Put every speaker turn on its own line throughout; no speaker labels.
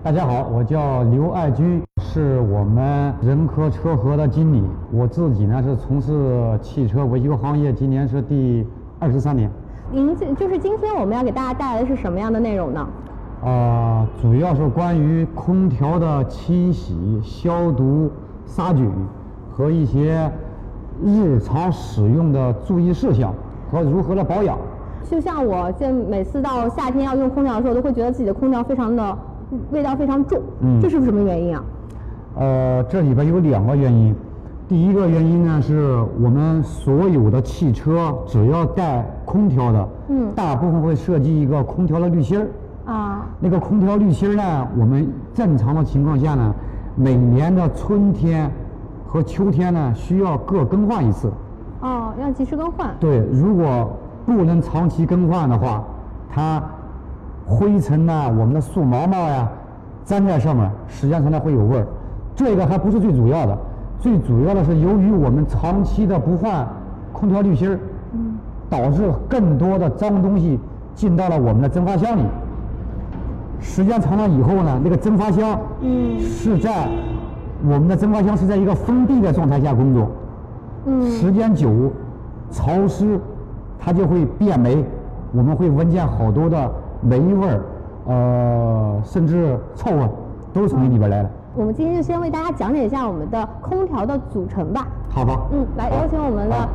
大家好，我叫刘爱军，是我们人科车和的经理。我自己呢是从事汽车维修行业，今年是第二十三年。
您这就是今天我们要给大家带来的是什么样的内容呢？
呃，主要是关于空调的清洗、消毒、杀菌和一些日常使用的注意事项和如何的保养。
就像我现每次到夏天要用空调的时候，都会觉得自己的空调非常的味道非常重，
嗯
这是不是什么原因啊？
呃，这里边有两个原因。第一个原因呢，是我们所有的汽车只要带空调的，
嗯
大部分会设计一个空调的滤芯儿。
啊，
那个空调滤芯儿呢，我们正常的情况下呢，每年的春天和秋天呢，需要各更换一次。
哦，要及时更换。
对，如果不能长期更换的话，它灰尘呐、我们的素毛毛呀、粘在上面，时间长了会有味儿。这个还不是最主要的，最主要的是由于我们长期的不换空调滤芯儿，
嗯
导致更多的脏东西进到了我们的蒸发箱里。时间长了以后呢，那个蒸发箱，
嗯
是在我们的蒸发箱是在一个封闭的状态下工作，
嗯，
时间久、潮湿，它就会变霉，我们会闻见好多的霉味儿，呃，甚至臭味儿，都是从那里边来的，
我们今天就先为大家讲解一下我们的空调的组成吧。
好吧？
嗯，来有请我们的
好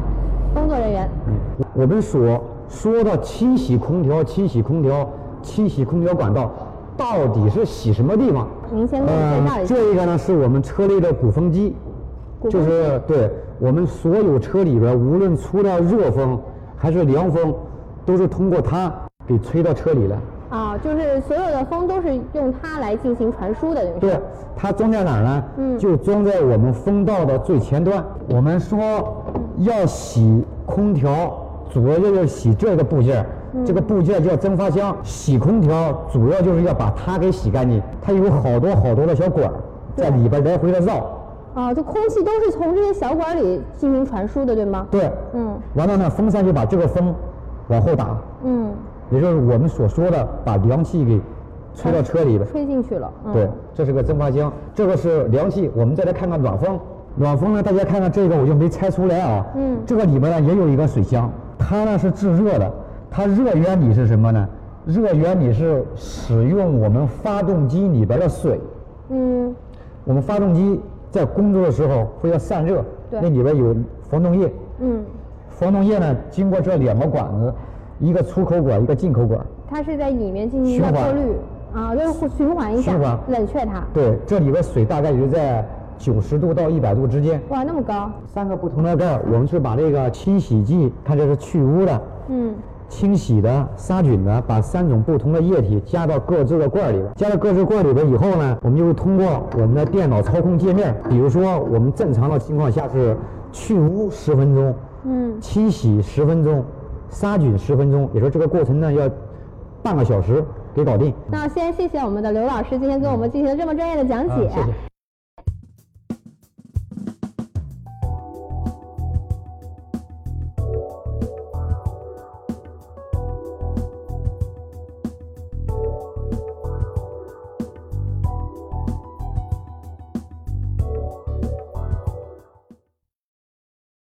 工作人员。
我们所说的清洗空调、清洗空调、清洗空调管道，到底是洗什么地方？
您先给我们介绍
呃，
一下。
这个呢是我们车内的鼓风机，
鼓
就
风
是对我们所有车里边，无论出了热风还是凉风，都是通过它给吹到车里来。
啊，就是所有的风都是用它来进行传输的，等于是。
对，它装在哪儿呢？
嗯
就装在我们风道的最前端。我们说要洗空调，主要就是洗这个部件儿。
嗯
这个部件儿叫蒸发箱，洗空调主要就是要把它给洗干净。它有好多好多的小管儿在里边来回的绕，
啊，就空气都是从这些小管里进行传输的，对吗？
对，
嗯
完了呢，风扇就把这个风往后打，
嗯，
也就是我们所说的把凉气给吹到车里边。
吹进去了。嗯、
对，这是个蒸发箱，这个是凉气。我们再来看看暖风，暖风呢，大家看看这个我就没拆出来啊。
嗯
这个里面呢也有一个水箱，它呢是制热的，它热原理是什么呢？热原理是使用我们发动机里边的水。
嗯
我们发动机在工作的时候会要散热，
对
那里边有防冻液。
嗯，
防冻液呢，经过这两个管子，一个出口管，一个进口管。
它是在里面进行一个
循环
过滤啊，就是循环一下
循环，
冷却它。
对，这里边水大概也就在九十度到一百度之间。
哇，那么高。
三个不同的盖儿，我们是把这个清洗剂，它这是去污的、
嗯
清洗的、杀菌的，把三种不同的液体加到各自的罐儿里边。加到各自罐儿里边以后呢，我们就会通过我们的电脑操控界面，比如说我们正常的情况下是去污十分钟，
嗯
清洗十分钟，杀菌十分钟，也就是这个过程呢要半个小时给搞定。
那先谢谢我们的刘老师今天给我们进行了这么专业的讲解。
啊谢谢